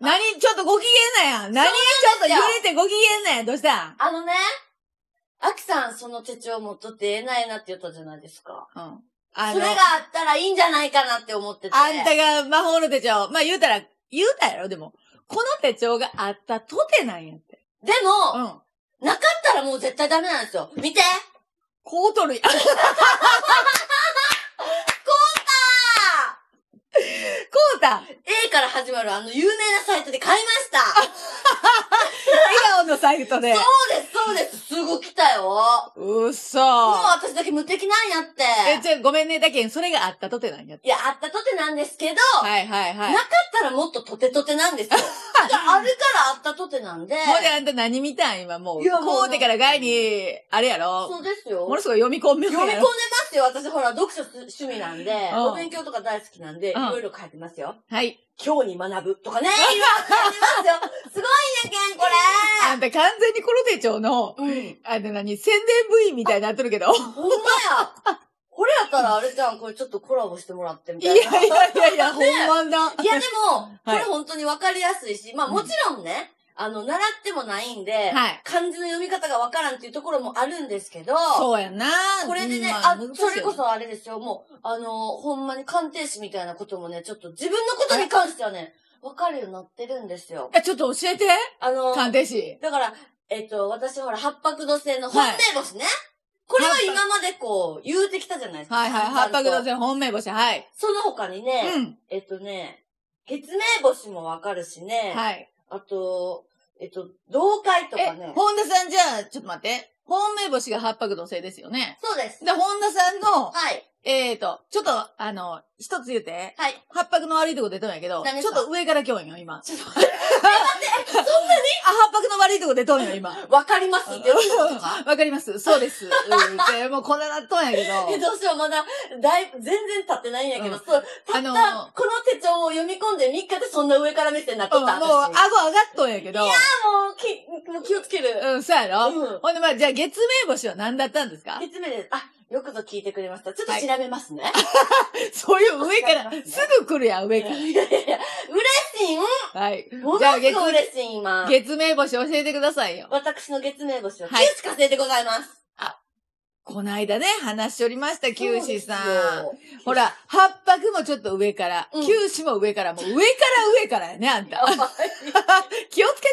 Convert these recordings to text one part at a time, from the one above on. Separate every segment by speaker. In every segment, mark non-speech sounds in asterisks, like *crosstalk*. Speaker 1: 何ちょっとご機嫌なんや。何ちょっと揺れてご機嫌なんや。どうした
Speaker 2: あのね、アキさんその手帳持っとってええないなって言ったじゃないですか。
Speaker 1: うん。あ
Speaker 2: それがあったらいいんじゃないかなって思ってて。
Speaker 1: あんたが魔法の手帳。まあ言うたら、言うたやろ、でも。この手帳があったとてなんやって。
Speaker 2: でも、
Speaker 1: ん。
Speaker 2: なかったらもう絶対ダメなんですよ。見て
Speaker 1: こう取る。こ
Speaker 2: あ
Speaker 1: うた。笑
Speaker 2: ー !A から始まるあの有名なサイトで買いました
Speaker 1: 顔のサイトで。
Speaker 2: そうです、そうです。すぐ来たよ。も
Speaker 1: うっ
Speaker 2: う
Speaker 1: そ
Speaker 2: 私だけ無敵なんやって。
Speaker 1: え、ちょ、ごめんね、だけん、それがあったとてなんやって。
Speaker 2: いや、あったとてなんですけど、
Speaker 1: はいはいはい。
Speaker 2: なかったらもっととてとてなんですよ。あるからあったとてなんで。
Speaker 1: ほんであんた何見たん今もう。
Speaker 2: いやもう
Speaker 1: こうてから外に、あれやろ
Speaker 2: そうですよ。
Speaker 1: ものすごい読み込むやろ
Speaker 2: *laughs* 読み込んでますよ。私ほら、読書趣味なんで、
Speaker 1: うん
Speaker 2: お勉強とか大好きなんで、い
Speaker 1: うん
Speaker 2: ろいろ書いてますよ。
Speaker 1: はい。
Speaker 2: 今日に学ぶとかね、いろいろ書いてます
Speaker 1: *laughs*
Speaker 2: よ。すごいやけん、こ
Speaker 1: あんた完全にこの手帳の、
Speaker 2: れ。うん。
Speaker 1: あの何、宣伝部員みたいになっとるけど。
Speaker 2: ほんまや。これやったらあれじゃん、これちょっとコラボしてもらってみ
Speaker 1: *laughs* い
Speaker 2: た
Speaker 1: や
Speaker 2: い
Speaker 1: い
Speaker 2: な。
Speaker 1: やいやいや、ほんまだ。
Speaker 2: いやでも、こ
Speaker 1: はい
Speaker 2: れ本当にわかりやすいし、まあもちろんね、あの、習ってもないんで、
Speaker 1: はい。
Speaker 2: 漢字の読み方がわからんっていうところもあるんですけど、
Speaker 1: そうやな
Speaker 2: これでね、
Speaker 1: ま
Speaker 2: あ、そ
Speaker 1: 難しい
Speaker 2: れこ。
Speaker 1: よ
Speaker 2: そあれですよ、もう、あのー、ほんまに鑑定士みたいなこともね、ちょっと自分のことに関してはね、わかるようになってるんですよ。
Speaker 1: え、ちょっと教えて
Speaker 2: あのー、
Speaker 1: 鑑定士。
Speaker 2: だから、えっと、私ほら、八白土星の本命星ね。これは今までこう、言うてきたじゃないですか。
Speaker 1: はいはい。八
Speaker 2: 淡々
Speaker 1: 白
Speaker 2: と
Speaker 1: 土星、本命星、はい。
Speaker 2: その他にね、
Speaker 1: うん。
Speaker 2: えっとね、月明星もわかるしね、
Speaker 1: はい。
Speaker 2: あと、えっと、同会と
Speaker 1: え
Speaker 2: かね、。
Speaker 1: 本田さんじゃあ、ちょっと待って。本命星が八白土星ですよね。
Speaker 2: そうです。
Speaker 1: で、本田さんの、
Speaker 2: はい。
Speaker 1: えーと、ちょっと、あの、一つ言うて、 *laughs*
Speaker 2: はい。
Speaker 1: 八白の悪いとこ出とんやけど、
Speaker 2: 何で
Speaker 1: ち
Speaker 2: す
Speaker 1: ょっ
Speaker 2: か
Speaker 1: と上から今日よ、今。あ、
Speaker 2: ちょっと待って、
Speaker 1: 八白の悪いとこ出とんよ、今。
Speaker 2: わか
Speaker 1: *laughs*
Speaker 2: りますって言うことか
Speaker 1: わかりますそうです。うん、でもうこんななっとんやけ
Speaker 2: え、
Speaker 1: ど。
Speaker 2: どうしよう、まだ、だいぶ、全然立ってないんやけど、
Speaker 1: うん
Speaker 2: そう、た
Speaker 1: あ
Speaker 2: った、
Speaker 1: の
Speaker 2: この手帳を読み込んで3日でそんな上から目線になっ
Speaker 1: う
Speaker 2: と
Speaker 1: ん、もう、
Speaker 2: った、
Speaker 1: 顎
Speaker 2: 私。あ、
Speaker 1: 上がっとんやけど。
Speaker 2: もう、き、もう気をつける。
Speaker 1: うん、そうやろ、
Speaker 2: うん
Speaker 1: ほんで、まあ、じゃあ、月明星は何だったんですか
Speaker 2: 説明です。あ、よくぞ聞いてくれました。ちょっと調べますね。
Speaker 1: そういう上から
Speaker 2: わかり、ます
Speaker 1: すぐ来るやん、上
Speaker 2: い
Speaker 1: か
Speaker 2: やいやいや嬉しいん
Speaker 1: ら。はい。
Speaker 2: もの
Speaker 1: じゃあ
Speaker 2: す
Speaker 1: 月
Speaker 2: ごい嬉しい、今。
Speaker 1: 月明星教えてくださいよ。
Speaker 2: 私の月明星は、九
Speaker 1: はい
Speaker 2: 死火星でございます。
Speaker 1: こないだね、話しとりました、九死さん。
Speaker 2: そうですよ *laughs*
Speaker 1: ほ、ら、八白もちょっと上から、
Speaker 2: うん
Speaker 1: 九死も上から、もう上から上からやね、あんた。気をつけ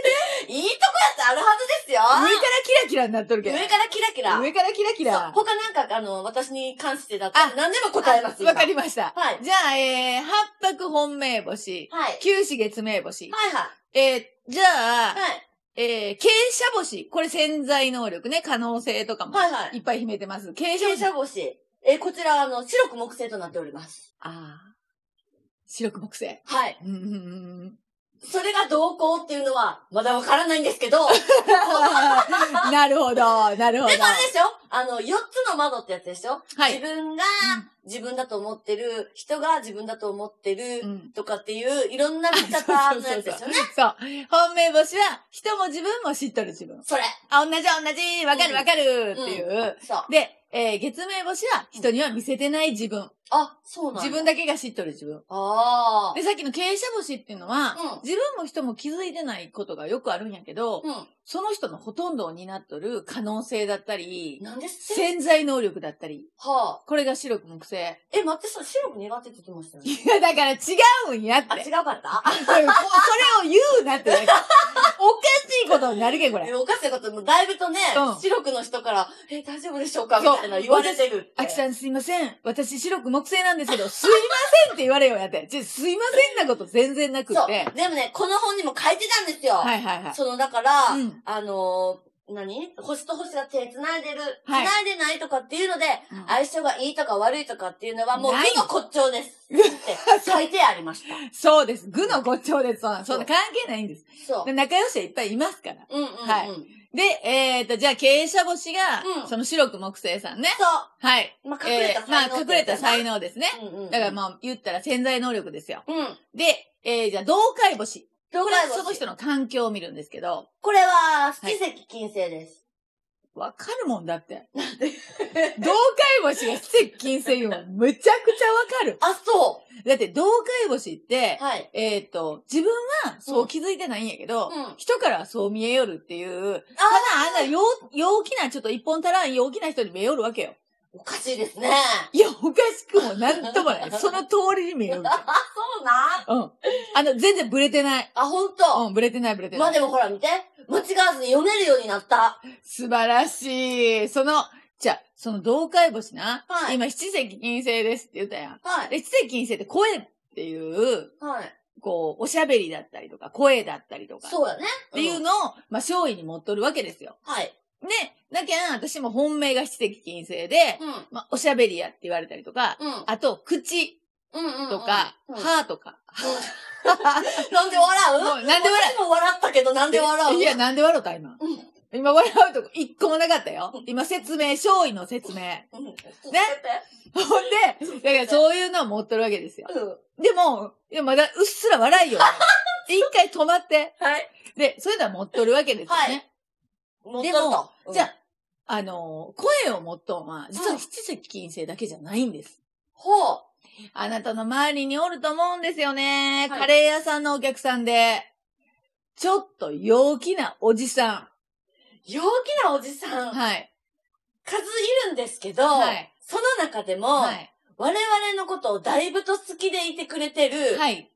Speaker 1: て、
Speaker 2: いいとこやってあるはずです
Speaker 1: 上
Speaker 2: よ。
Speaker 1: からキラキラになっとるけ
Speaker 2: 上
Speaker 1: ど。
Speaker 2: からキラキラ。
Speaker 1: 上からキラキ
Speaker 2: そう
Speaker 1: ラ。
Speaker 2: 他なんか、あの、私に関してだったら
Speaker 1: あ
Speaker 2: 何でも答えます。
Speaker 1: わか
Speaker 2: ま
Speaker 1: りました。
Speaker 2: はい。
Speaker 1: *laughs* じゃあ、えー、八白本命星、
Speaker 2: はい。
Speaker 1: 九死月明星。
Speaker 2: はいはい。
Speaker 1: えー、じゃあ、
Speaker 2: はい。
Speaker 1: えー、傾斜星。これ潜在能力ね、可能性とかも
Speaker 2: はいはい
Speaker 1: いっぱい秘めてます。傾
Speaker 2: 傾
Speaker 1: 斜星。
Speaker 2: 斜星。えー、こちら、あの、白く木星となっております。
Speaker 1: ああ。白く木星。
Speaker 2: はい。
Speaker 1: うんうんうん *laughs* うん。
Speaker 2: それが同行っていうのは、まだわからないんですけ
Speaker 1: *laughs*
Speaker 2: ど、でも
Speaker 1: なるほど、なるほど。
Speaker 2: あれでしょあの、4つの窓ってやつでしょ、
Speaker 1: は
Speaker 2: 自
Speaker 1: い。
Speaker 2: 分が、自分だと思ってる、人が自分だと思ってる、
Speaker 1: うん。
Speaker 2: とかっていう、いろんな見方のやつでしょね。
Speaker 1: *laughs* そう。本命星は、人も自分も知っとる自分。
Speaker 2: それ。
Speaker 1: あ、同じ同じ、わかるわかるっていう。
Speaker 2: そう。
Speaker 1: で、えー月明星は、人には見せてない自分。
Speaker 2: あ、そうなん
Speaker 1: 自分
Speaker 2: だ。
Speaker 1: だけが知っとる自分。
Speaker 2: あ
Speaker 1: で、さっきの傾斜星っていうのは、
Speaker 2: うん
Speaker 1: 自分も人も気づいてないことがよくあるんやけど、
Speaker 2: あ。う
Speaker 1: その人のほとんどを担っとる可能性だったり
Speaker 2: ん。、なんですって
Speaker 1: 潜在能力だったり、
Speaker 2: はあ。
Speaker 1: これが視力木星。い
Speaker 2: *laughs*
Speaker 1: や、
Speaker 2: え、待って、そう、白く苦手って言ってましたよね。
Speaker 1: だから違うんやって。
Speaker 2: あ、違うかった
Speaker 1: うんこうそれを言うな
Speaker 2: *laughs*
Speaker 1: って。おかしいことになるけん、これ。
Speaker 2: おかしいことも、だいぶとね、
Speaker 1: うん
Speaker 2: 視力の人から、え、大丈夫でしょうかみ
Speaker 1: そう
Speaker 2: たいな言われてるって。
Speaker 1: あきさんすいません。私、視力木星なんですけど、すいませんって言われようやって。ちょすいませんなこと全然なく
Speaker 2: そう。
Speaker 1: て。
Speaker 2: でもね、この本にも書いてたんですよ。
Speaker 1: はいはいはい。
Speaker 2: その、だから、
Speaker 1: うん
Speaker 2: あのー何星と星が手繋いでる、
Speaker 1: はい
Speaker 2: 繋いでないとかっていうので、
Speaker 1: うん
Speaker 2: 相性がいいとか悪いとかっていうのはもう、
Speaker 1: ない
Speaker 2: 負の骨頂です。
Speaker 1: *laughs*
Speaker 2: って書いてありました。
Speaker 1: そうです。愚の骨頂です。そんなそんな関係ないんです。
Speaker 2: そ
Speaker 1: で仲良しはいっぱいいますから。
Speaker 2: う。うんうんうん。
Speaker 1: はい
Speaker 2: そう。
Speaker 1: で、えっ、と、じゃあ、経営者星が、
Speaker 2: うん
Speaker 1: その白く木星さんね。はい。
Speaker 2: まあ、隠れた才能
Speaker 1: えーまあ、隠れた才
Speaker 2: 能。
Speaker 1: 能ですね。
Speaker 2: うんうんうん。
Speaker 1: だからまあ、言ったら潜在能力ですよ。
Speaker 2: あ、うん。
Speaker 1: で、えー、じゃあ、同解星。
Speaker 2: 同
Speaker 1: これは
Speaker 2: 解星
Speaker 1: その人の環境を見るんですけど、
Speaker 2: これは、七石金星です。
Speaker 1: わかるもんだって。 *laughs* 同会星が接近せんよ。むちゃくちゃわかる。
Speaker 2: あ、そ
Speaker 1: だって同会星って
Speaker 2: う、はい。
Speaker 1: えっ、と、自分はそう気づいてないんやけど、
Speaker 2: うん。あ
Speaker 1: 人からはそう見えよるっていう、
Speaker 2: あ
Speaker 1: ただあんな陽陽気な、ちょっと一本足らん陽気な人に見えよるわけよ。
Speaker 2: おかしいですね。
Speaker 1: いや、おかしくもなんともない。その通りに見えよる。
Speaker 2: あ、 *laughs* そうなん
Speaker 1: うん。あの、全然ブレてない。
Speaker 2: あ、ほんと。
Speaker 1: うん、ブレてない、ブレてな
Speaker 2: まあ
Speaker 1: い。
Speaker 2: でもほら見て。間違わずに読めるようになった。
Speaker 1: 素晴らしい。その、じゃあその同会星な。
Speaker 2: はい
Speaker 1: 今、七石金星ですって言ったやん。
Speaker 2: はい。
Speaker 1: で七石金星って声っていう、
Speaker 2: はい。
Speaker 1: こう、おしゃべりだったりとか、声だったりとか、っ
Speaker 2: そうやね。
Speaker 1: ていう
Speaker 2: うん。
Speaker 1: のを、まあ、勝利に持っとるわけですよ。
Speaker 2: はい。
Speaker 1: ね。だけん、私も本命が七石金星で、
Speaker 2: うん。
Speaker 1: まあ、おしゃべりやって言われたりとか、
Speaker 2: うん。
Speaker 1: あと、口
Speaker 2: うんうんうん。
Speaker 1: とか、
Speaker 2: うん
Speaker 1: 歯とか。
Speaker 2: なんで笑
Speaker 1: *laughs*
Speaker 2: う
Speaker 1: もうなんで笑
Speaker 2: 私も笑ったけどなんで笑う
Speaker 1: いや、なんで笑うた、今。
Speaker 2: うん
Speaker 1: 今笑うとこ一個もなかったよ。今説明、勝利の説明。
Speaker 2: うん。ね
Speaker 1: ほんで、だからそういうのを持っとるわけですよ。
Speaker 2: うん。
Speaker 1: でも、いやまだうっすら笑
Speaker 2: *laughs*
Speaker 1: いよ。一回止まって。
Speaker 2: はい。
Speaker 1: で、そういうのは持っとるわけですよね。
Speaker 2: はい乗っとるとうん
Speaker 1: じゃあ、あのー声を持っとんは、実は七石金星だけじゃないんです。
Speaker 2: ほう。
Speaker 1: あなたの周りにおると思うんですよね。
Speaker 2: はい
Speaker 1: カレー屋さんのお客さんで。ちょっと陽気なおじさ
Speaker 2: 陽気なおじさ
Speaker 1: ん。
Speaker 2: ん、
Speaker 1: はい。
Speaker 2: 数いるんですけど、
Speaker 1: はい
Speaker 2: その中でも、
Speaker 1: はい。
Speaker 2: 我々のことをだいぶと好きでいてくれてる
Speaker 1: はい。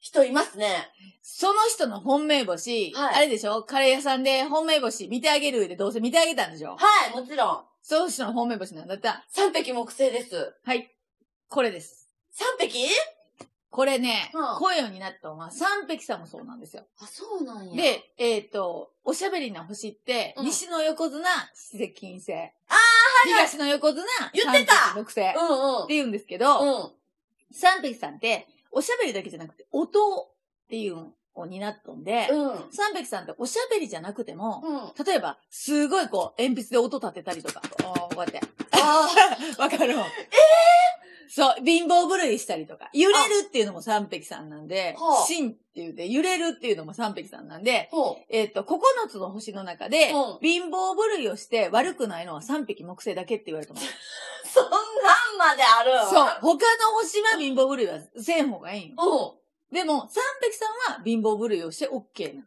Speaker 2: 人いますね。
Speaker 1: その人の本命星、
Speaker 2: はい
Speaker 1: あれでしょカレー屋さんで本命星見てあげるでどうせ見てあげたんでしょ
Speaker 2: はい、もちろん。
Speaker 1: その人の本命星なんだった
Speaker 2: 三匹木星です。
Speaker 1: はい。これです。
Speaker 2: 三匹
Speaker 1: これね、
Speaker 2: うん
Speaker 1: 声になったのは三匹さんもそうなんですよ。
Speaker 2: あ、そうなんや。、
Speaker 1: で、えっ、と、おしゃべりな星って、
Speaker 2: うん
Speaker 1: 西の横綱、七石金星。ああ、
Speaker 2: いはい
Speaker 1: 東の横綱、
Speaker 2: 言ってた
Speaker 1: 三匹木星。って
Speaker 2: う
Speaker 1: 言うんですけど、
Speaker 2: んうん。うん。
Speaker 1: 三匹さんって、おしゃべりだけじゃなくて、音っていうのを担っとんで、
Speaker 2: うん。
Speaker 1: 三匹さんっておしゃべりじゃなくても、
Speaker 2: うん。
Speaker 1: 例えば、すごいこう、鉛筆で音立てたりとか、こうやって。
Speaker 2: あ
Speaker 1: わかるもん。ええそう、貧乏狂いしたりとか、揺れるっていうのも三匹さんなんで
Speaker 2: はあ、
Speaker 1: 真って言って、揺れるっていうのも三匹さんなんで、
Speaker 2: ほ
Speaker 1: えっ、と、9つの星の中で
Speaker 2: うん、
Speaker 1: 貧乏狂いをして悪くないのは三匹木星だけって言われてます。
Speaker 2: う。そんなんまである
Speaker 1: そう、他の星は貧乏狂いはせん方がいいんよ。
Speaker 2: う。
Speaker 1: でも、三匹さんは貧乏狂いをして OK なの。
Speaker 2: うん。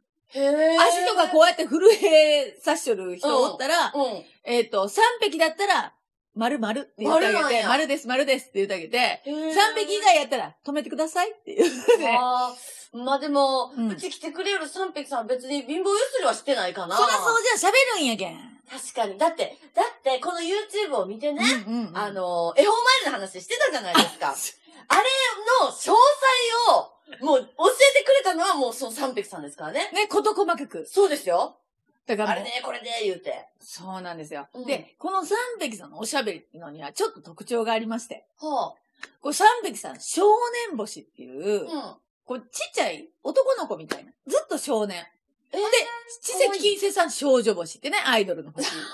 Speaker 2: へえ。
Speaker 1: 足とかこうやって震えさしとる人おったら、
Speaker 2: うん。
Speaker 1: えっ、と、三匹だったら、丸丸って言ってあげ
Speaker 2: 丸なん
Speaker 1: て、
Speaker 2: や
Speaker 1: 丸です、丸ですって言ってあげて、
Speaker 2: へえ
Speaker 1: 三匹以外やったら止めてくださいっていうね。
Speaker 2: あーまあでも、
Speaker 1: うん
Speaker 2: うち来てくれる三匹さんは別に貧乏ゆすりはしてないかな。
Speaker 1: そらそうじゃ喋るんやけん。
Speaker 2: 確かに。だって、だって、この YouTube を見てね、
Speaker 1: うんうんうん
Speaker 2: あ、の、絵本マイルの話してたじゃないですか。あれの詳細を、もう、教えてくれたのはもう、その三匹さんですからね。
Speaker 1: ね、こと細かく。
Speaker 2: そうですよ。
Speaker 1: だか
Speaker 2: あ
Speaker 1: ら
Speaker 2: れ
Speaker 1: もう、
Speaker 2: ね、これね、言うて。
Speaker 1: そうなんですよ
Speaker 2: うん。
Speaker 1: で、この三匹さんのおしゃべりっていうのにはちょっと特徴がありまして、
Speaker 2: ほ
Speaker 1: これ三匹さん、少年星っていう
Speaker 2: う。う、ん。
Speaker 1: こうちっちゃい男の子みたいな。ずっと少年。
Speaker 2: え
Speaker 1: 七石金星さん少女星ってね、アイドルの星。ね、忘れ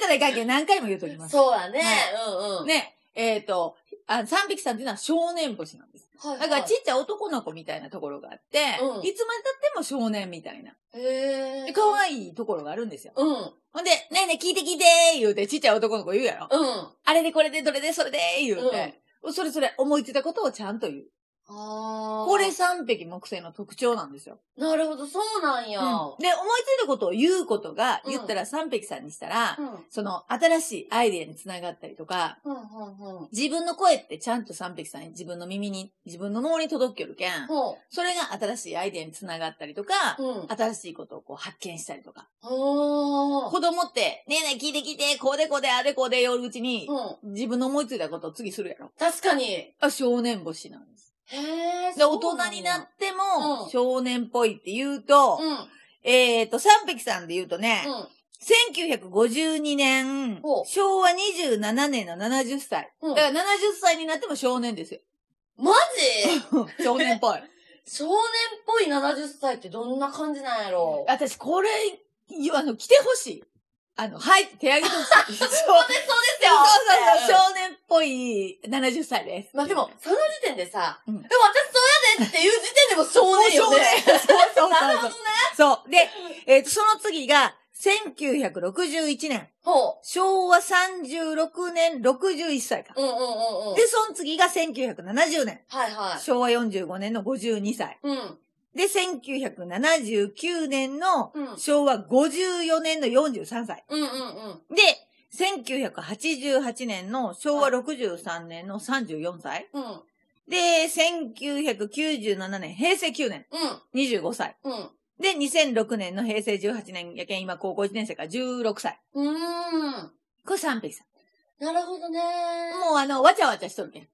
Speaker 1: たらいかんけん何回も言うときます。
Speaker 2: そうやね。
Speaker 1: はい
Speaker 2: うんうん。
Speaker 1: ね、えっ、と、あ三匹さんっていうのは少年星なんです。
Speaker 2: はいはい。
Speaker 1: だからちっちゃい男の子みたいなところがあって、
Speaker 2: うん
Speaker 1: いつまでたっても少年みたいな。
Speaker 2: へ
Speaker 1: で
Speaker 2: え。
Speaker 1: 可
Speaker 2: いい。
Speaker 1: 愛いところがあるんですよ。
Speaker 2: うん。うん。
Speaker 1: ほんで、ねえねえ聞いて聞いてー言うて、ちっちゃい男の子言うやろ。あれでこれでどれでそれでー言うて。それそれ思いついたことをちゃんと言う。
Speaker 2: ああ。
Speaker 1: これ、三匹木星の特徴なんですよ。
Speaker 2: なるほど、そうなんや。
Speaker 1: うん
Speaker 2: う
Speaker 1: で、思いついたことを言うことが、
Speaker 2: うん
Speaker 1: 言ったら三匹さんにしたら、
Speaker 2: ん。うん、
Speaker 1: その新しいアイデアにつながったりとか、
Speaker 2: うん、うん。
Speaker 1: 自分の声ってちゃんと三匹さんに自分の耳に、自分の脳に届けるけん、
Speaker 2: ほ
Speaker 1: それが新しいアイデアにつながったりとか、
Speaker 2: う。うん。
Speaker 1: 新しいことをこう発見したりとか。
Speaker 2: ほー。
Speaker 1: 子供って、ねえねえ聞いて聞いて、こうでこうであれこうでよるうちに、
Speaker 2: うん。
Speaker 1: 自分の思いついたことを次するやろ。
Speaker 2: 確かに。
Speaker 1: あ、少年星なんです。
Speaker 2: へえ。
Speaker 1: で、大人になって
Speaker 2: う
Speaker 1: も、
Speaker 2: ん
Speaker 1: 少年っぽいって言うと
Speaker 2: う、ん。うん。
Speaker 1: えっと、三匹さんで言うとね、1952年
Speaker 2: ほう、
Speaker 1: 昭和27年の70歳。
Speaker 2: うん。
Speaker 1: だから70歳になっても少年
Speaker 2: *laughs*
Speaker 1: ですよ。
Speaker 2: マジ
Speaker 1: 少年っぽい。
Speaker 2: 少年っぽい70歳ってどんな感じなんやろ
Speaker 1: *laughs*
Speaker 2: う。
Speaker 1: 私、これ、いあの、来てほしい。あの、はい、手挙げてほし
Speaker 2: *laughs*
Speaker 1: い。そうそう
Speaker 2: そうです、そうです
Speaker 1: そ
Speaker 2: よ
Speaker 1: うそう
Speaker 2: う、
Speaker 1: 少年っぽい70歳です。
Speaker 2: んまあでも、その時点でさ、
Speaker 1: うん
Speaker 2: でも私そうやでっていう時点でも少年よね。
Speaker 1: そうそうそう
Speaker 2: なる
Speaker 1: *laughs* そ
Speaker 2: ほど
Speaker 1: う
Speaker 2: ね。
Speaker 1: そう。で、えっ、と、その次が、 1961年、
Speaker 2: ほ
Speaker 1: 昭和36年61歳か。
Speaker 2: う。うんうんうんうん。
Speaker 1: で、その次が1970年、
Speaker 2: はいはい。
Speaker 1: 昭和45年の52歳。
Speaker 2: うん。
Speaker 1: で、1979年の
Speaker 2: うん。
Speaker 1: 昭和54年の43歳。
Speaker 2: うんうんうん。
Speaker 1: で、1988年の昭和63年の34歳。
Speaker 2: うん。
Speaker 1: で、1997年、平成9年、
Speaker 2: うん。
Speaker 1: 25歳。
Speaker 2: うん。
Speaker 1: で、2006年の平成18年、やけん今高校1年生から16歳。
Speaker 2: うーん。
Speaker 1: これ三匹さ
Speaker 2: なるほどね。
Speaker 1: ん。もうあの、わちゃわちゃしとるけん。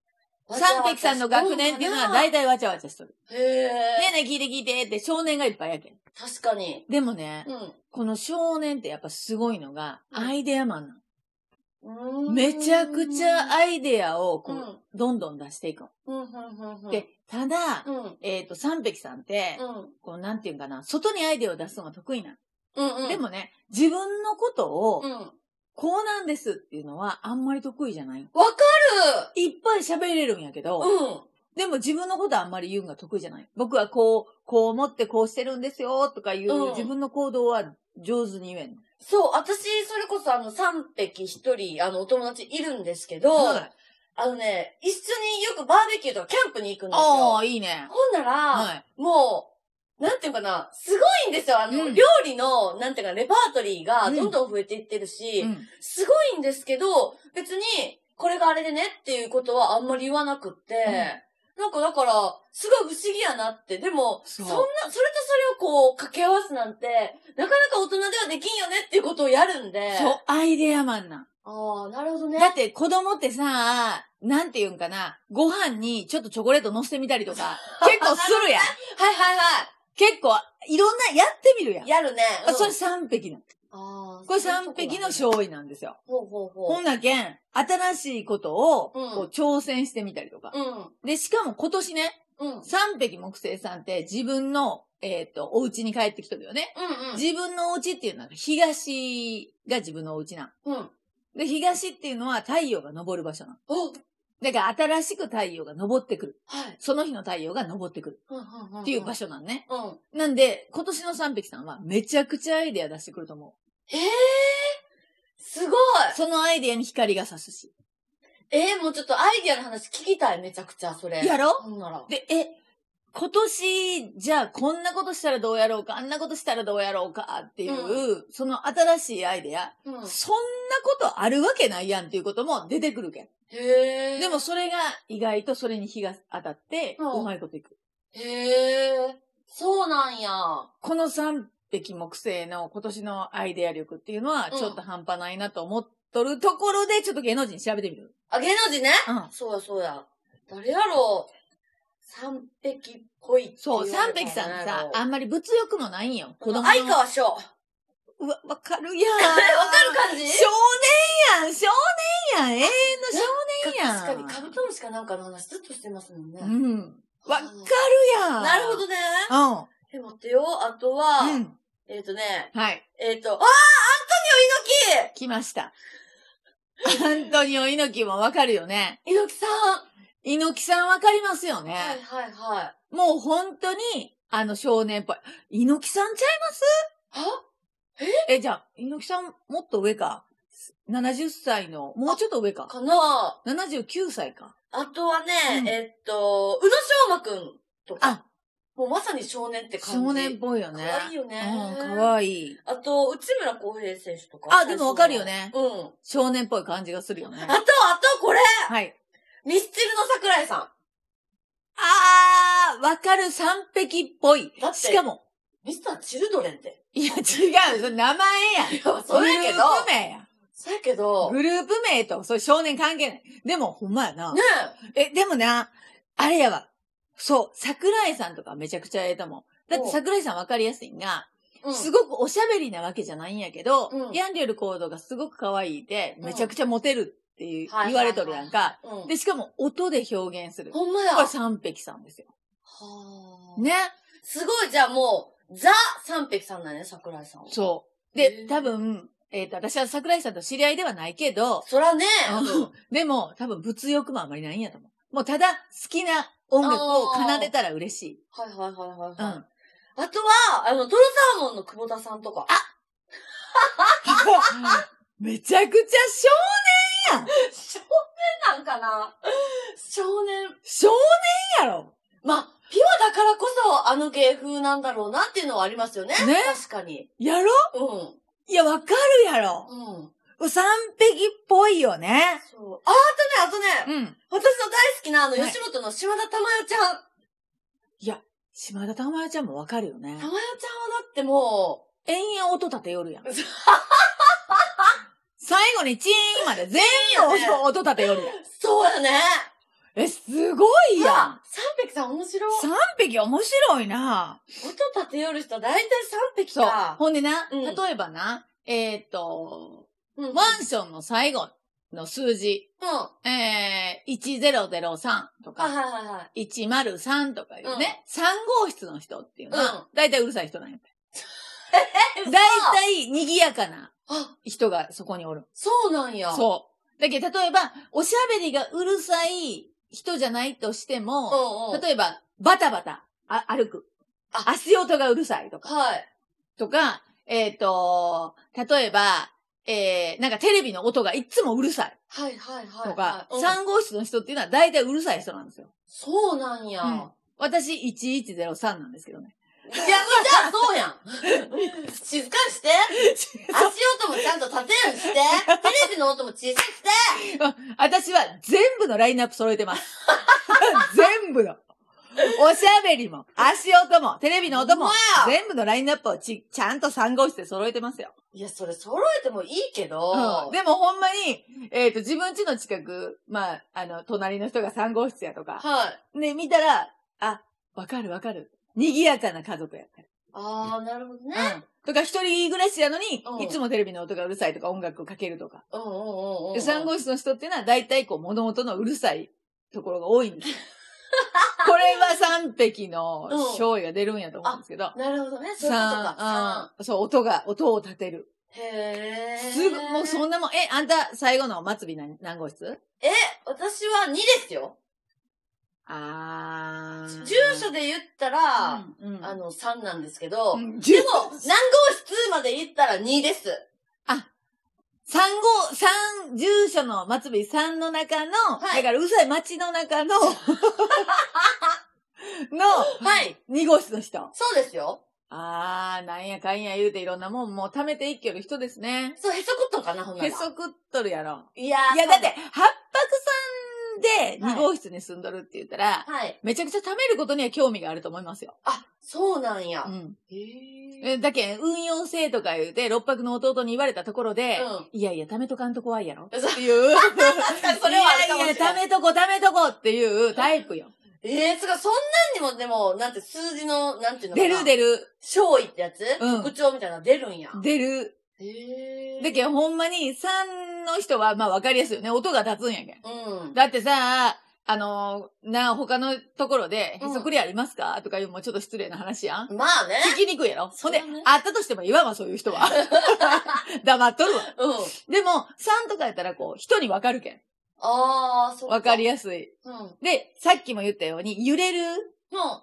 Speaker 2: わざわざ
Speaker 1: 三匹さんの学年っていうのは大体わちゃわちゃしとる。
Speaker 2: へえ。
Speaker 1: ねえねえ聞いて聞いてって少年がいっぱいやけん。
Speaker 2: 確かに。
Speaker 1: でもね、
Speaker 2: うん。
Speaker 1: この少年ってやっぱすごいのが、
Speaker 2: うん
Speaker 1: アイデアマンな
Speaker 2: うー
Speaker 1: の。
Speaker 2: ん
Speaker 1: めちゃくちゃアイデアをこ
Speaker 2: う
Speaker 1: う、
Speaker 2: ん。
Speaker 1: どんどん出していくの。
Speaker 2: うん。うん。うん。
Speaker 1: で、ただ、
Speaker 2: うん。
Speaker 1: えっ、と、三匹さんって、
Speaker 2: うん。
Speaker 1: こう、なんていうんかな、外にアイデアを出すのが得意な
Speaker 2: うん。う
Speaker 1: の。
Speaker 2: ん。
Speaker 1: で、もね、自分のことを、
Speaker 2: うん。わ
Speaker 1: こうなんですっていうのはあんまり得意じゃない。
Speaker 2: か
Speaker 1: いっぱい喋れるんやけど、
Speaker 2: るうん。
Speaker 1: でも自分のことはあんまり言うんが得意じゃない。僕はこう、こう思ってこうしてるんですよとかいう、
Speaker 2: うん
Speaker 1: 自分の行動は上手に言えんの。
Speaker 2: そう、私、それこそあの、3匹1人、あの、お友達いるんですけど、
Speaker 1: はい。
Speaker 2: あのね、一緒によくバーベキューとかキャンプに行くんですよ。
Speaker 1: あ
Speaker 2: ほ
Speaker 1: あ、いいね。
Speaker 2: んなら、
Speaker 1: はい。
Speaker 2: もう、なんていうかな、すごいんですよ。あの、
Speaker 1: うん
Speaker 2: 料理の、なんていうか、レパートリーが
Speaker 1: うん
Speaker 2: どんどん増えていってるし、
Speaker 1: うん
Speaker 2: すごいんですけど、別に、これがあれでねっていうことはあんまり言わなくって、なんかだから、すごい不思議やなって、でも、そ
Speaker 1: そうん
Speaker 2: な、それとそれをこう、掛け合わすなんて、なかなか大人ではできんよねっていうことをやるんで。
Speaker 1: そう、アイデアマンなん。
Speaker 2: ああ、なるほどね。
Speaker 1: だって子供ってさ、なんていうんかな、ご飯にちょっとチョコレート乗せてみたりとか、結構するやん。
Speaker 2: はいはいは
Speaker 1: 結構、いろんな、やってみるやん
Speaker 2: い。。やるね。
Speaker 1: あそれ3匹なの。
Speaker 2: あー
Speaker 1: これ3匹の
Speaker 2: そういうとこだね
Speaker 1: 勝利なんですよ。
Speaker 2: ほうほうほ
Speaker 1: ほんなけん、新しいことを、
Speaker 2: うん
Speaker 1: こう挑戦してみたりとか。
Speaker 2: う。うん。
Speaker 1: で、しかも今年ね、
Speaker 2: うん。うんうん。
Speaker 1: 三匹木星さんって自分の、えっ、と、お家に帰ってきとるよね。自分のお家っていうのは東が自分のお家なん。
Speaker 2: うん。
Speaker 1: で、東っていうのは太陽が昇る場所なん。
Speaker 2: お
Speaker 1: だから新しく太陽が昇ってくる。
Speaker 2: はい。
Speaker 1: その日の太陽が昇ってくる
Speaker 2: うんうんうん。
Speaker 1: っていう場所なんね。
Speaker 2: 所。うん。
Speaker 1: なんで、今年の三匹さんはめちゃくちゃアイデア出してくると思。
Speaker 2: ええすごいう
Speaker 1: そのアイデアに光が差すし。
Speaker 2: ええもうちょっとアイディアの話聞きたい、めちゃくちゃ、それ。
Speaker 1: やろ
Speaker 2: ほんなら。
Speaker 1: で、え、今年、じゃあこんなことしたらどうやろうか、あんなことしたらどうやろうかっていう、その新しいアイデア、
Speaker 2: うん。
Speaker 1: そんなことあるわけないやんっていうことも出てくるけん。
Speaker 2: へえ。
Speaker 1: でも、それが意外とそれに日が当たって、
Speaker 2: うん
Speaker 1: うまいこといく。
Speaker 2: へえ。そうなんや。
Speaker 1: この3匹木星の今年のアイデア力っていうのは
Speaker 2: うん
Speaker 1: ちょっと半端ないなと思っとるところで、ちょっと芸能人調べてみる。
Speaker 2: あ、芸能人ね。
Speaker 1: うん。
Speaker 2: そうや、そうや。誰やろう三匹っぽいって言
Speaker 1: そ
Speaker 2: わ
Speaker 1: う、
Speaker 2: れた
Speaker 1: 三
Speaker 2: ら
Speaker 1: 匹さんって
Speaker 2: 誰や
Speaker 1: さ
Speaker 2: ろ、う
Speaker 1: あんまり物欲もないんよ。子供の。
Speaker 2: 相川翔。わか
Speaker 1: うわ、わかるやん。わ
Speaker 2: る感じ
Speaker 1: 少年やん少年やん永遠の少
Speaker 2: 確か
Speaker 1: 年やん
Speaker 2: に、カブトムシかなんかの話ずっとしてますもんね。
Speaker 1: うん。わかるやん
Speaker 2: なるほどね。
Speaker 1: ど。
Speaker 2: え、待ってよ。あとは、
Speaker 1: うん。うん。
Speaker 2: えっ、とね、
Speaker 1: はい。
Speaker 2: えっ、と、ああアントニオ猪
Speaker 1: 来ました。 *laughs* アントニオ猪木もわかるよね。
Speaker 2: 木猪木さん
Speaker 1: 猪木さんわかりますよね。
Speaker 2: はいはいはい。
Speaker 1: もう本当に、あの少年っぽい。猪木さんちゃいます
Speaker 2: あ
Speaker 1: え、じゃあ、猪木さんもっと上か。70歳の、もうちょっと上か。
Speaker 2: かな
Speaker 1: 79歳か。
Speaker 2: あとはね、
Speaker 1: うん
Speaker 2: えっと、宇野昌磨くんとか。
Speaker 1: あ
Speaker 2: もうまさに少年って感じ。
Speaker 1: 少年っぽいよ
Speaker 2: か
Speaker 1: ね。
Speaker 2: わいいよね。
Speaker 1: うん、かわいい。
Speaker 2: あと、内村航平選手とか。
Speaker 1: あでもわかるよね
Speaker 2: うん。あ
Speaker 1: 少年っぽい感じがするよね
Speaker 2: と、。あと、これ
Speaker 1: はい。
Speaker 2: ミスチルの桜井さ
Speaker 1: あー、わかる三匹っぽい
Speaker 2: だっ。て
Speaker 1: しかも、
Speaker 2: ん。ミスターチルドレンって。
Speaker 1: いや違う、それ名前やん。
Speaker 2: いや、そうや
Speaker 1: グルー
Speaker 2: けど、
Speaker 1: プ名や。
Speaker 2: そうやけど、ね
Speaker 1: グループ名と、そう少年関係ない。でも、ほんまやな。
Speaker 2: え
Speaker 1: え、でもな、あれやわ。そう、桜井さんとかめちゃくちゃええと思う。だって
Speaker 2: お
Speaker 1: 桜井さんわかりやすいんが、
Speaker 2: うん
Speaker 1: すごくおしゃべりなわけじゃないんやけど、
Speaker 2: うん
Speaker 1: やんでる行動がすごく可愛いで、
Speaker 2: うん
Speaker 1: めちゃくちゃモテるっていう
Speaker 2: はいはいはい
Speaker 1: 言われとるやんか。
Speaker 2: うん
Speaker 1: で、しかも音で表現する。こ
Speaker 2: ほんまや。
Speaker 1: れ三匹さんですよ。
Speaker 2: はあ
Speaker 1: ね。
Speaker 2: すごい、じゃあもう、ザ・三匹さんだね、桜井さんは。
Speaker 1: そう。
Speaker 2: へ
Speaker 1: で、
Speaker 2: ー
Speaker 1: 多分、えっ、と、私は桜井さんと知り合いではないけど、
Speaker 2: そらね、
Speaker 1: うんでも、多分物欲もあまりないんやと思う。もうただ、好きな音楽を奏でたら嬉しい。
Speaker 2: はいはいはいはい、
Speaker 1: うん。
Speaker 2: はいあとは、あの、トロサーモンの久保田さんとか。あ
Speaker 1: *laughs* めちゃくちゃ
Speaker 2: 少年なんかな少年。
Speaker 1: 少、少年やろ。
Speaker 2: まあ、ピュアだからこそあの芸風なんだろうなっていうのはありますよね。
Speaker 1: ね
Speaker 2: 確かに。
Speaker 1: やろ
Speaker 2: うん。
Speaker 1: いや、わかるやろ。
Speaker 2: うん。
Speaker 1: 三匹っぽいよね。
Speaker 2: そう。あ、あとね、あとね、
Speaker 1: うん。
Speaker 2: 私の大好きなあの、
Speaker 1: はい
Speaker 2: 吉本の島田珠代ちゃん。
Speaker 1: 島田珠代ちゃんもわかるよね
Speaker 2: 珠。代ちゃんはだっても
Speaker 1: 延々音立てよるやん
Speaker 2: う。。そう
Speaker 1: 最後にチーンまで全
Speaker 2: *laughs* いいよね
Speaker 1: 部音立てよるやん。
Speaker 2: そうやね。
Speaker 1: え、すごい
Speaker 2: い
Speaker 1: やん
Speaker 2: や、。三匹さん面白い。
Speaker 1: 三匹面白いな。
Speaker 2: 音立てよる人大体三匹
Speaker 1: そう
Speaker 2: か。。
Speaker 1: ほんでな、
Speaker 2: うん
Speaker 1: 例えばな、えっ、と、
Speaker 2: うん。うん。
Speaker 1: マンションの最後の数字、
Speaker 2: は
Speaker 1: えー、1003と
Speaker 2: いはい
Speaker 1: か、
Speaker 2: はいはい。
Speaker 1: 103とかいうね、三3号室の人っていうの
Speaker 2: うん
Speaker 1: は、だいたいうるさい人なんや。
Speaker 2: え
Speaker 1: だい
Speaker 2: 嘘
Speaker 1: たい賑やかな
Speaker 2: あ、
Speaker 1: 人がそこにおる。
Speaker 2: そうなんや。
Speaker 1: そう。だけど、例えば、おしゃべりがうるさい人じゃないとしても、
Speaker 2: うんうん。
Speaker 1: 例えば、バタバタ、あ、歩く。
Speaker 2: あ
Speaker 1: 足音がうるさいとか。
Speaker 2: はい。
Speaker 1: とか、えっ、と、例えば、えー、なんかテレビの音がいつもうるさい
Speaker 2: はいはいはい。
Speaker 1: とか、
Speaker 2: はいうん
Speaker 1: 3号室の人っていうのは大体うるさい人なんですよ。
Speaker 2: そうなんや。
Speaker 1: う
Speaker 2: い
Speaker 1: ん私、1103なんですけど
Speaker 2: *laughs*
Speaker 1: ね。
Speaker 2: や、じゃあそうやん。静かにして。足音もちゃんと立てるようにして。テレビの音も小さくして。
Speaker 1: 私は全部のラインナップ揃えてます。 *laughs* 全部の。おしゃべりも、足音も、テレビの音も
Speaker 2: ほん、まや
Speaker 1: 全部のラインナップをち、ちゃんと3号室で揃えてますよ。
Speaker 2: いや、それ揃えてもいいけど。
Speaker 1: うん、でもほんまに、えっ、と、自分家の近く、まあ、あの、隣の人が3号室やとか、
Speaker 2: はい。
Speaker 1: ね、見たら、あ、わかるわかる。賑やかな家族やったり。
Speaker 2: ああ、なるほどね。
Speaker 1: うん。とか、一人暮らしやのに
Speaker 2: う、ん
Speaker 1: いつもテレビの音がうるさいとか、音楽かけるとか。
Speaker 2: うんうんうんうん。
Speaker 1: で、3号室の人っていうのは、大体こう、物音のうるさいところが多いん
Speaker 2: *laughs*
Speaker 1: ですよ。これは3匹の勝利が出るんやと思うんですけど。
Speaker 2: なるほどね。そういうことか。
Speaker 1: 三うんそう、音が、音を立てる。
Speaker 2: 三へえ。
Speaker 1: すぐ、もうそんなもん、え、あんた、最後の末尾何何号室
Speaker 2: え、私は2ですよ。
Speaker 1: あー。
Speaker 2: 住所で言ったら、
Speaker 1: うん、うん、
Speaker 2: あの、3なんですけど、
Speaker 1: うん、
Speaker 2: で
Speaker 1: 住
Speaker 2: も、何号室まで言ったら2です。
Speaker 1: 三号、三、住所の末尾三の中の、
Speaker 2: はい
Speaker 1: だからうるさい町の中
Speaker 2: *laughs*
Speaker 1: の、の、
Speaker 2: はい。
Speaker 1: 二号室の人。
Speaker 2: そうですよ。
Speaker 1: あー、なんやかんや言うていろんなもん、もう貯めていきよる人ですね。
Speaker 2: そう、へそくっとんかな、ほんなら。
Speaker 1: へそくっとるやろ。
Speaker 2: いやー
Speaker 1: いや、だっ。て、
Speaker 2: 多
Speaker 1: 八白さんで二号室に住んどるって言ったら、
Speaker 2: 分はい。
Speaker 1: めちゃくちゃ貯めることには興味があると思いますよ。
Speaker 2: あ、そうなんや
Speaker 1: う。ん。
Speaker 2: へえ。
Speaker 1: えだけん、運用性とか言うて、六白の弟に言われたところで、
Speaker 2: うん
Speaker 1: いやいや、貯めとかんと怖いやろ。
Speaker 2: *laughs* そう
Speaker 1: っていう。
Speaker 2: 確かにそれはあるかもしれ
Speaker 1: いやいや、貯
Speaker 2: ない。
Speaker 1: めとこ、貯めとこっていうタイプよ。
Speaker 2: ええー、すごい。そんなんにも、でも、なんて、数字の、なんていうのか
Speaker 1: 出
Speaker 2: な。
Speaker 1: る出る、
Speaker 2: 勝意ってやつ、
Speaker 1: うん
Speaker 2: 特徴みたいなの出るんや。
Speaker 1: 出る。
Speaker 2: へ
Speaker 1: だけど、ほんまに3の人は、まあわかりやすいよね。音が立つんやけん。
Speaker 2: うん。
Speaker 1: だってさ、あのーな、他のところで、
Speaker 2: うん
Speaker 1: へそくりありますか、とかいうのもちょっと失礼な話やん。
Speaker 2: まあね。
Speaker 1: 聞きにくいやろ
Speaker 2: そ
Speaker 1: ほ
Speaker 2: うんだ
Speaker 1: で
Speaker 2: ね、
Speaker 1: あったとしても言わんわ、そういう人
Speaker 2: *laughs*
Speaker 1: は。黙っとるわ。
Speaker 2: うん。
Speaker 1: でも、3とかやったら、こう、人にわかるけん。
Speaker 2: ああ、そっか。
Speaker 1: わかりやすい。
Speaker 2: うん。も
Speaker 1: で、さっきも言ったように、揺れる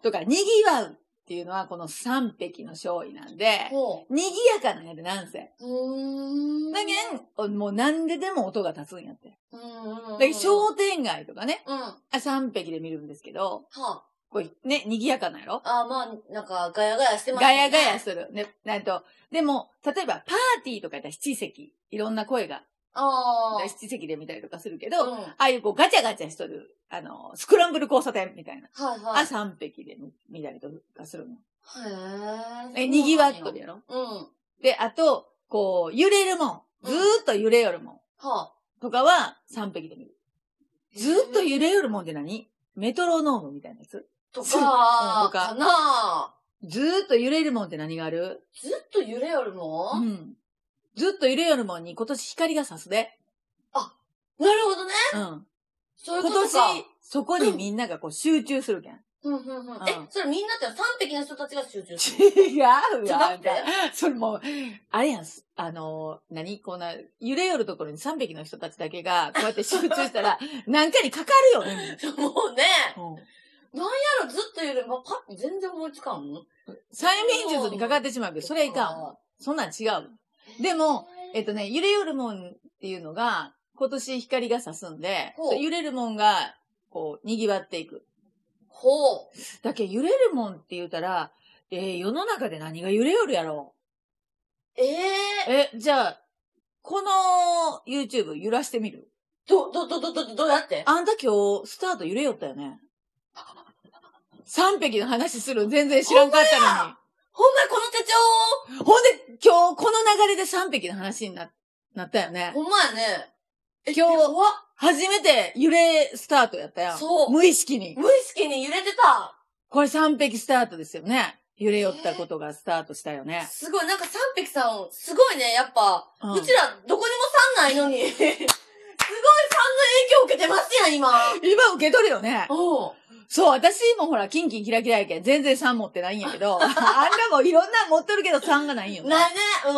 Speaker 1: とか、賑わうっていうのは、この三匹の勝利なんで
Speaker 2: う、、も
Speaker 1: 賑やかなんやで、なんせ。
Speaker 2: う。うーん。
Speaker 1: だけん、もう何ででも音が立つんやって。
Speaker 2: うん。
Speaker 1: だけど商店街とかね、
Speaker 2: うん。は
Speaker 1: あ三匹で見るんですけど、
Speaker 2: あ。
Speaker 1: こうね、賑やかなんやろ
Speaker 2: あーまあ、なんか、ガヤガヤしてます、
Speaker 1: ガヤガヤ
Speaker 2: し
Speaker 1: する。ね、なんと、でも、例えばパーティーとかやったら七席、いろんな声が、
Speaker 2: ああ。
Speaker 1: 七席で見たりとかするけ
Speaker 2: う
Speaker 1: ど、
Speaker 2: ん。はい
Speaker 1: ああいうこうガチャガチャしとる、あの、スクランブル交差点みたいな、
Speaker 2: は
Speaker 1: あ
Speaker 2: い。
Speaker 1: 三匹で見見たりとかするの。
Speaker 2: へえ。
Speaker 1: え、賑わっとるやろ
Speaker 2: うん。は
Speaker 1: で、あと、こう、揺れるもん。ずーっと揺れよるもん。
Speaker 2: あ。
Speaker 1: とかは、3匹で見る。ずーっと揺れよるもんって何メトロノームみたいなやつ。
Speaker 2: と
Speaker 1: そう
Speaker 2: か、
Speaker 1: うんとか
Speaker 2: かな
Speaker 1: ずーっと揺れるもんって何がある
Speaker 2: ずっと揺れよるも、
Speaker 1: うんん。ずーっと揺れよるもんに今年光が差すで。
Speaker 2: なるほどね。
Speaker 1: うん。
Speaker 2: そういう
Speaker 1: 今
Speaker 2: こと
Speaker 1: 年
Speaker 2: か。、
Speaker 1: そこにみんながこう集中するけ
Speaker 2: *laughs*
Speaker 1: ん。
Speaker 2: うんうんうん。え
Speaker 1: う、ん
Speaker 2: それみんなって3匹の人たちが集中する。
Speaker 1: 違うわ。 *laughs*
Speaker 2: ちょっと待って
Speaker 1: あんたそれもう、あれやん、すあのー、何こんな、揺れよるところに3匹の人たちだけが、こうやって集中した
Speaker 2: *laughs*
Speaker 1: ら、なんかにかかるよね。
Speaker 2: もうね、
Speaker 1: うん
Speaker 2: やろずっと揺れる、まパッと全然思いつかんの
Speaker 1: 催眠術にかかってしまうけど、それいかんわ。そんなん違う。でも、えっとね、揺れよるもんっていうのが、今年光が差すんで
Speaker 2: ほう、
Speaker 1: 揺れるもんが、こう、賑わっていく。
Speaker 2: ほう。
Speaker 1: だけど揺れるもんって言うたら、えー世の中で何が揺れよるやろ
Speaker 2: え
Speaker 1: え、
Speaker 2: え
Speaker 1: じゃあ、この YouTube 揺らしてみる
Speaker 2: ど、ど、ど、ど、ど、どうやって
Speaker 1: あんた今日、スタート揺れよったよね。3匹の話するん全然知らんかったの
Speaker 2: ほんまやこの手帳
Speaker 1: に。ほんで、今日この流れで3匹の話にななったよね。
Speaker 2: ほんまやね。え
Speaker 1: 今日
Speaker 2: 怖っ
Speaker 1: 初めて揺れスタートやったやん。
Speaker 2: そう
Speaker 1: 無意識に。
Speaker 2: 無意識に揺れてた。
Speaker 1: これ3匹スタートですよね。揺れ寄ったことがスタートしたよね。
Speaker 2: すごい、なんか三匹さん、すごいね、やっぱ。
Speaker 1: うん
Speaker 2: うちら、どこにも3ないのに。 *laughs* すごい3の影響受けてますやん、今。
Speaker 1: 今受け取るよね。
Speaker 2: おう
Speaker 1: そう、私もほら、キンキンキラキラやけん、全然3持ってないんやけ
Speaker 2: *laughs*
Speaker 1: ど、あんなもんいろんなの持っとるけど3がないんよ、ね。
Speaker 2: ないね、うん。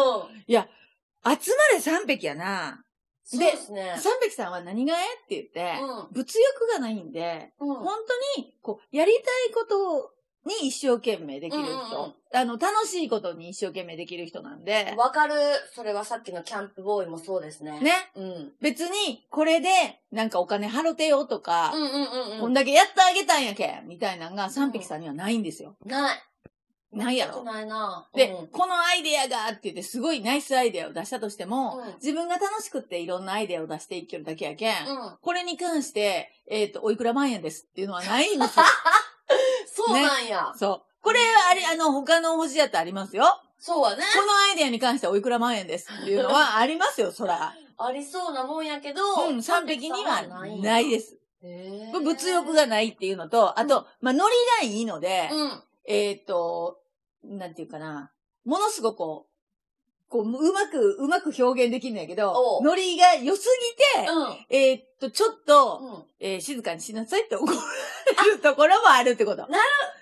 Speaker 1: 集まれ3匹やな。
Speaker 2: そうですね
Speaker 1: 3。匹さんは何がえって言って、物欲がないんで、
Speaker 2: うん。うん。
Speaker 1: 本当に、こう、やりたいことに一生懸命できる人、
Speaker 2: うんうんうん
Speaker 1: あの、楽しいことに一生懸命できる人なんで、
Speaker 2: わかる。それはさっきのキャンプボーイもそうですね。。
Speaker 1: ね、
Speaker 2: うん。うん
Speaker 1: 別に、これで、なんかお金払ってよとか、
Speaker 2: うんうん
Speaker 1: こ
Speaker 2: うんん。
Speaker 1: だけやってあげたんやけんみたいなのが三匹さんにはないんですよ。
Speaker 2: ない。
Speaker 1: ないや
Speaker 2: ちょっと
Speaker 1: ろ。
Speaker 2: ないな。
Speaker 1: で、
Speaker 2: うん
Speaker 1: このアイデアがって言って、すごいナイスアイデアを出したとしても、
Speaker 2: うん
Speaker 1: 自分が楽しくっていろんなアイデアを出していけるだけやけん、
Speaker 2: うん。
Speaker 1: これに関して、えっ、と、おいくら万円ですっていうのはないんですよ。
Speaker 2: そうなんや。
Speaker 1: そう。これ、あれ、あの、他の星やってありますよ。
Speaker 2: そうはね。
Speaker 1: このアイデアに関してはおいくら万円ですっていうのはありますよ、そら。
Speaker 2: ありそうなもんやけど、
Speaker 1: うん、3匹には
Speaker 2: な
Speaker 1: ないい
Speaker 2: で
Speaker 1: です。これ物欲がないっていうのと、あと、まあ、ノリがいいので、
Speaker 2: うん。
Speaker 1: えーっ、と、なんていうかな、ものすごくこう、こう、うまく、うまく表現できるんだけど
Speaker 2: お、う
Speaker 1: ノリが良すぎて、
Speaker 2: う
Speaker 1: えーっ、と、ちょっと、
Speaker 2: ん。うん。
Speaker 1: えー静かにしなさいって怒られるところもあるってこと。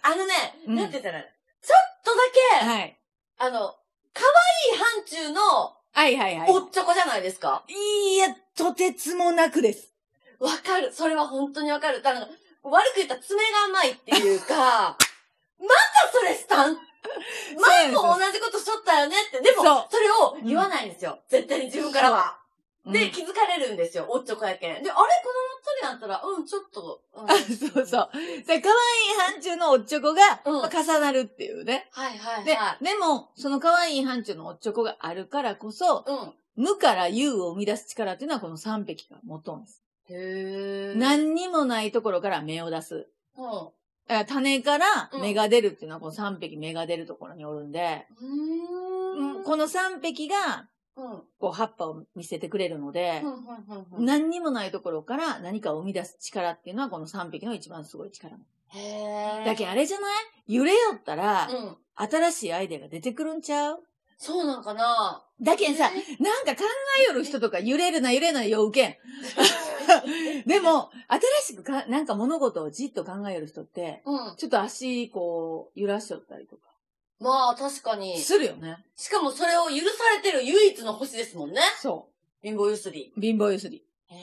Speaker 2: あのね、
Speaker 1: うん
Speaker 2: なんて言ったら、ちょっとだけ、
Speaker 1: はい。
Speaker 2: あの、可愛い範疇の
Speaker 1: はいはいはい。
Speaker 2: おっちょこじゃないですか。
Speaker 1: いや、とてつもなくです。
Speaker 2: わかる。それは本当にわかる。あの、悪く言ったら爪が甘いっていうか、 *laughs* またそれスタン前も同じことしとったよねって。でも
Speaker 1: そう、
Speaker 2: それを言わないんですよ。絶対に自分からは。
Speaker 1: うん
Speaker 2: で、気づかれるんですよ。おっちょこやけん。で、あれこのおっちょになったら、うん、ちょっと。うん
Speaker 1: あ *laughs* そうそう。で、可愛い範疇のおっちょこが、
Speaker 2: うん
Speaker 1: まあ重なるっていうね。
Speaker 2: はいはい
Speaker 1: で
Speaker 2: は、い。
Speaker 1: でも、その可愛い範疇のおっちょこがあるからこそ、
Speaker 2: うん。
Speaker 1: 無から有を生み出す力っていうのはこの3匹が持っとんです。
Speaker 2: へー。
Speaker 1: 何にもないところから芽を出す。
Speaker 2: うん。
Speaker 1: だから種から
Speaker 2: うん
Speaker 1: 芽が出るっていうのはこの3匹芽が出るところにおるんで、
Speaker 2: うーん。
Speaker 1: この3匹が
Speaker 2: うん。
Speaker 1: こう葉っぱを見せてくれるので
Speaker 2: う、んうんうんうん
Speaker 1: 何にもないところから何かを生み出す力っていうのはこの3匹の一番すごい力。
Speaker 2: へー。
Speaker 1: だけどあれじゃない揺れよったら、
Speaker 2: うん。
Speaker 1: 新しいアイデアが出てくるんちゃう
Speaker 2: そうなんかな
Speaker 1: だけんさ、なんか考えよる人とか揺れるな揺れないよ、受けん。 *laughs* でも、新しくか、なんか物事をじっと考えよる人って、
Speaker 2: *laughs* うん。
Speaker 1: ちょっと足、こう、揺らしちゃったりとか、
Speaker 2: まあ、確かに。
Speaker 1: するよね。
Speaker 2: しかもそれを許されてる唯一の星ですもんね。
Speaker 1: そ
Speaker 2: 貧乏ゆすり。
Speaker 1: う。貧乏ゆすり。
Speaker 2: へ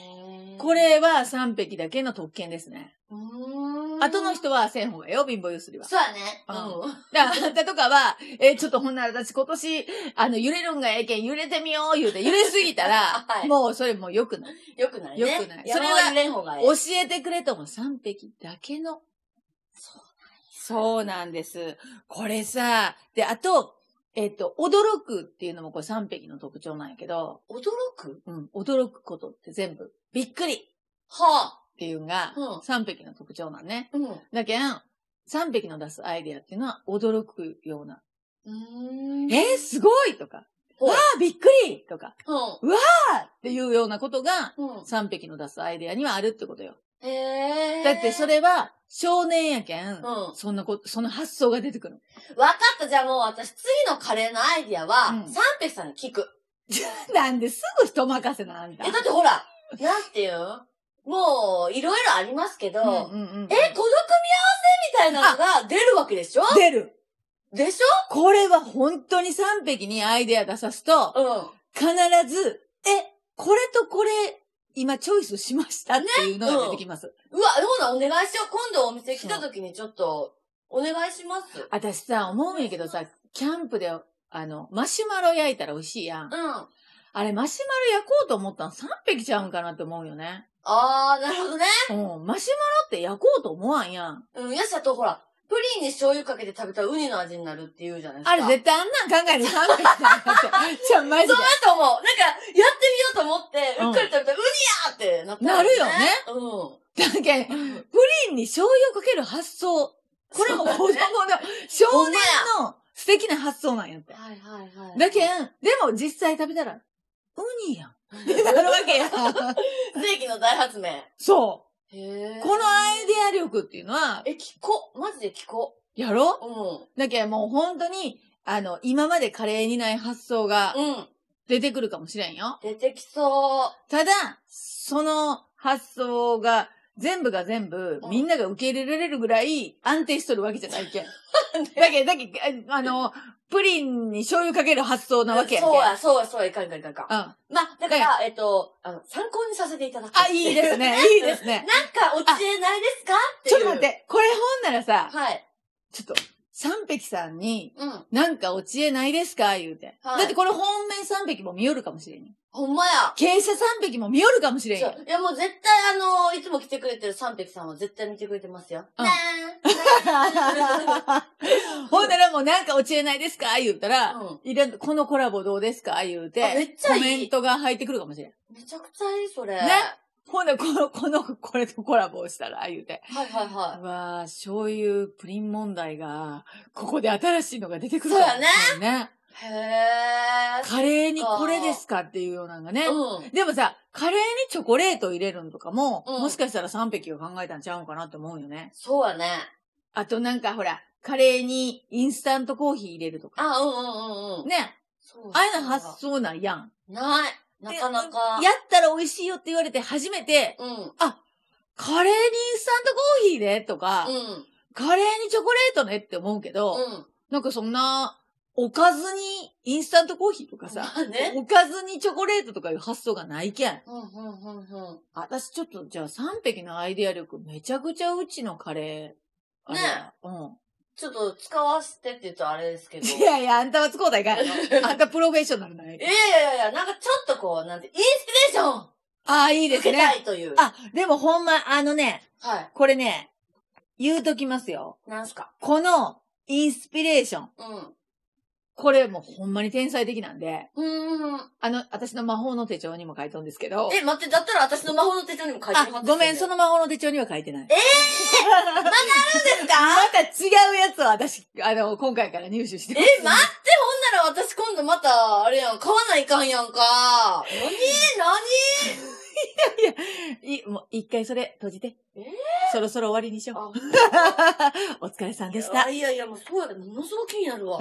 Speaker 2: ー
Speaker 1: こ、れは3匹だけの特権ですね。
Speaker 2: うーん。
Speaker 1: 後の。人はせん方がよ、貧乏ゆすりは。
Speaker 2: そうやね。
Speaker 1: う
Speaker 2: うんん。、
Speaker 1: だからあんたとかは、 *laughs* えーちょっとほんなら私今年、あの、揺れるんがええけん、揺れてみよう、言うて、揺れすぎたら
Speaker 2: *laughs* はい
Speaker 1: もうそれもう良くない。
Speaker 2: よくないね。
Speaker 1: よくない
Speaker 2: それは揺れん方がいい。
Speaker 1: 教えてくれとも3匹だけの。そうなんです。これさ、で、あと、えっと、驚くっていうのもこれ3匹の特徴なんやけど、
Speaker 2: 驚く
Speaker 1: うん、驚くことって全部、びっくりっ
Speaker 2: はあ。
Speaker 1: ていうのが
Speaker 2: うん
Speaker 1: 3匹の特徴なんね。
Speaker 2: うん。
Speaker 1: だけん、3匹の出すアイデアっていうのは驚くような。
Speaker 2: うーん。
Speaker 1: えー、すごいとか、
Speaker 2: ほう
Speaker 1: わあ、びっくりとか、
Speaker 2: う
Speaker 1: あーっていうようなことが
Speaker 2: ん。うん。
Speaker 1: 3匹の出すアイデアにはあるってことよ。
Speaker 2: へー。
Speaker 1: だってそ。れは少年やけん
Speaker 2: うん。、わ
Speaker 1: そんなこと、その発想が出てくる。
Speaker 2: かった。じゃあもう私、次のカレーのアイディアは、
Speaker 1: うん
Speaker 2: 三平さんに聞く。
Speaker 1: なんですぐ人任せなあんだ。
Speaker 2: え、だってほら、なんていうんもう、いろいろありますけど、
Speaker 1: うんうんうん、
Speaker 2: え、この組み合わせみたいなのが出るわけでしょ
Speaker 1: 出る
Speaker 2: でし
Speaker 1: これは本当に3匹にアイデア出さすと、
Speaker 2: ょうん。
Speaker 1: 必ず、え、これとこれ、今チョイスしましたっていうのが出てきます。
Speaker 2: うわ、ほな、お願いしよう。今度お店来た時にちょっと、お願いします。
Speaker 1: 私さ、思うんやけどさ、キャンプであの、マシュマロ焼いたら美味しいやん。
Speaker 2: うん。あ
Speaker 1: あれ、マシュマロ焼こうと思ったの3匹ちゃうんかなって思うよね。
Speaker 2: あー、なるほどね。
Speaker 1: うん、マシュマロって焼こうと思わんやん。
Speaker 2: うん、やしだとほら、プリンに醤油かけて食べたらウニの味になるって言うじゃないですか。
Speaker 1: あれ、絶対あんなん考えて3匹ちゃうんかって。じゃあ、マジで *laughs*
Speaker 2: そう。だと思う。なんか、やってみようと思って、
Speaker 1: うん
Speaker 2: うっかり食べたら、ウニやーってなった、
Speaker 1: なるよね。
Speaker 2: う
Speaker 1: だけど
Speaker 2: ん。
Speaker 1: プリンに醤油かける発想。これも子供の、
Speaker 2: ほ
Speaker 1: 少
Speaker 2: ん
Speaker 1: 年
Speaker 2: まや
Speaker 1: の素敵な発想なんやって。
Speaker 2: はいはいはい。
Speaker 1: だけ
Speaker 2: ん、
Speaker 1: ん、でも実際食べたら、ウニやん。ってなるわけや。
Speaker 2: 世紀の大発明。へ
Speaker 1: *laughs* そ
Speaker 2: え
Speaker 1: う。このアイデア力っていうのは、
Speaker 2: え、聞こ。マジで聞こ。
Speaker 1: やろ
Speaker 2: うん。
Speaker 1: だけんもう本当に、あの、今までカレーにない発想が
Speaker 2: うん。
Speaker 1: 出てくるかもしれんよ。
Speaker 2: 出てきそ
Speaker 1: ただ、その発想が、全部が全部
Speaker 2: う、ん
Speaker 1: みんなが受け入れられるぐらい安定しとるわけじゃ
Speaker 2: *laughs*
Speaker 1: ないけん。だけど、だけど、ああの、プリンに醤油かける発想
Speaker 2: う。
Speaker 1: なわけやけん。
Speaker 2: そうや、そうや、そうや、いかんいかんいかんいかん。
Speaker 1: うん。あ、
Speaker 2: まあ、だから、えっと、あの、参考にさせていただく。
Speaker 1: いい
Speaker 2: *laughs*
Speaker 1: です。ね。いいですね。
Speaker 2: なんか、お知恵ないですかってい
Speaker 1: ち
Speaker 2: う。
Speaker 1: ょっと待っ。て。これ本ならさ、
Speaker 2: はい。
Speaker 1: ちょっと、三匹さんに、
Speaker 2: うん。
Speaker 1: なんかお知恵ないですか言うて。
Speaker 2: はい
Speaker 1: だってこれ本命三匹も見よるかもしれんよ。
Speaker 2: ほんまや。
Speaker 1: 傾斜三匹も見よるかもしれんよ
Speaker 2: そ。ういや、もう絶対あのいつも来てくれてる三匹さんは絶対見てくれてますよ。
Speaker 1: うん
Speaker 2: ね
Speaker 1: *laughs* ほんならもうなんかお知恵ないですか言うた
Speaker 2: え
Speaker 1: ら、
Speaker 2: うん。
Speaker 1: いらんこのコラボどうですか言うて、
Speaker 2: あめっちゃいい
Speaker 1: コメントが入ってくるかもしれん。
Speaker 2: めちゃくちゃいい、それ。
Speaker 1: ねほんならこの、この、これとコラボをしたら、言うて。
Speaker 2: はいはいは
Speaker 1: うわぁ、醤油プリン問題が、ここで新しいのが出てくる
Speaker 2: そうやね
Speaker 1: そうやね。
Speaker 2: い。へ
Speaker 1: カレーにこれですかっていうようなのがね
Speaker 2: え。。うん。
Speaker 1: でもさ、カレーにチョコレート入れるんとかも、
Speaker 2: うん
Speaker 1: もしかしたら3匹が考えたんちゃうんかなって思うよね。
Speaker 2: そうやね。
Speaker 1: あとなんかほら、カレーにインスタントコーヒー入れるとか。
Speaker 2: あ、うんうんうんうん。
Speaker 1: ね。
Speaker 2: そう
Speaker 1: ああいうの発想なんやん。
Speaker 2: ない。なかなか。
Speaker 1: でやったら美味しいよって言われて初めて、
Speaker 2: うん。うん。
Speaker 1: カレーにインスタントコーヒーでとか、カレーにチョコレートねって思うけど、
Speaker 2: うん。
Speaker 1: なんかそんな、おかずにインスタントコーヒーとか
Speaker 2: ま
Speaker 1: さ、
Speaker 2: あね。
Speaker 1: おかずにチョコレートとかいう発想がないけん。
Speaker 2: うんうんうんうん。
Speaker 1: 私ちょっと、じゃあ3匹のアイデア力めちゃくちゃうちのカレー。あれや
Speaker 2: ちょっと使わせてって言うとあれですけ
Speaker 1: うん。
Speaker 2: ど。
Speaker 1: いやいや、あんたは使うたらいかんやろあんたプロフェッショナルなんや
Speaker 2: い
Speaker 1: け
Speaker 2: や
Speaker 1: ど
Speaker 2: いやいや、なんかちょっとこう、なんて、インスピレーション
Speaker 1: ああ、いいで
Speaker 2: 受
Speaker 1: す
Speaker 2: けた
Speaker 1: ね。
Speaker 2: いという。
Speaker 1: あ、でもほんま、あのね、
Speaker 2: はい。
Speaker 1: これね、言うときますよ。
Speaker 2: なんすか
Speaker 1: このインスピレーション。
Speaker 2: うん。
Speaker 1: これもうほんまに天才的なんで、
Speaker 2: うん。
Speaker 1: あの、私の魔法の手帳にも書いたんですけど。
Speaker 2: え、待って、だったら私の魔法の手帳にも書いてるは
Speaker 1: あ、
Speaker 2: ず
Speaker 1: ごめん、そ
Speaker 2: の。
Speaker 1: の魔法の手帳には書いてない。
Speaker 2: ですか
Speaker 1: また違うやつを私、あの、今回から入手してます。
Speaker 2: え、待って、ほんなら私今度また、あれやん、買わないかんやんか。なに
Speaker 1: いもう一回それ閉じて。
Speaker 2: えー
Speaker 1: そろそろ終わりにしよう。
Speaker 2: なに
Speaker 1: *laughs* お疲れさん
Speaker 2: あ
Speaker 1: でした
Speaker 2: い。やいや、もうそうやけど、ものすごく気になるわ。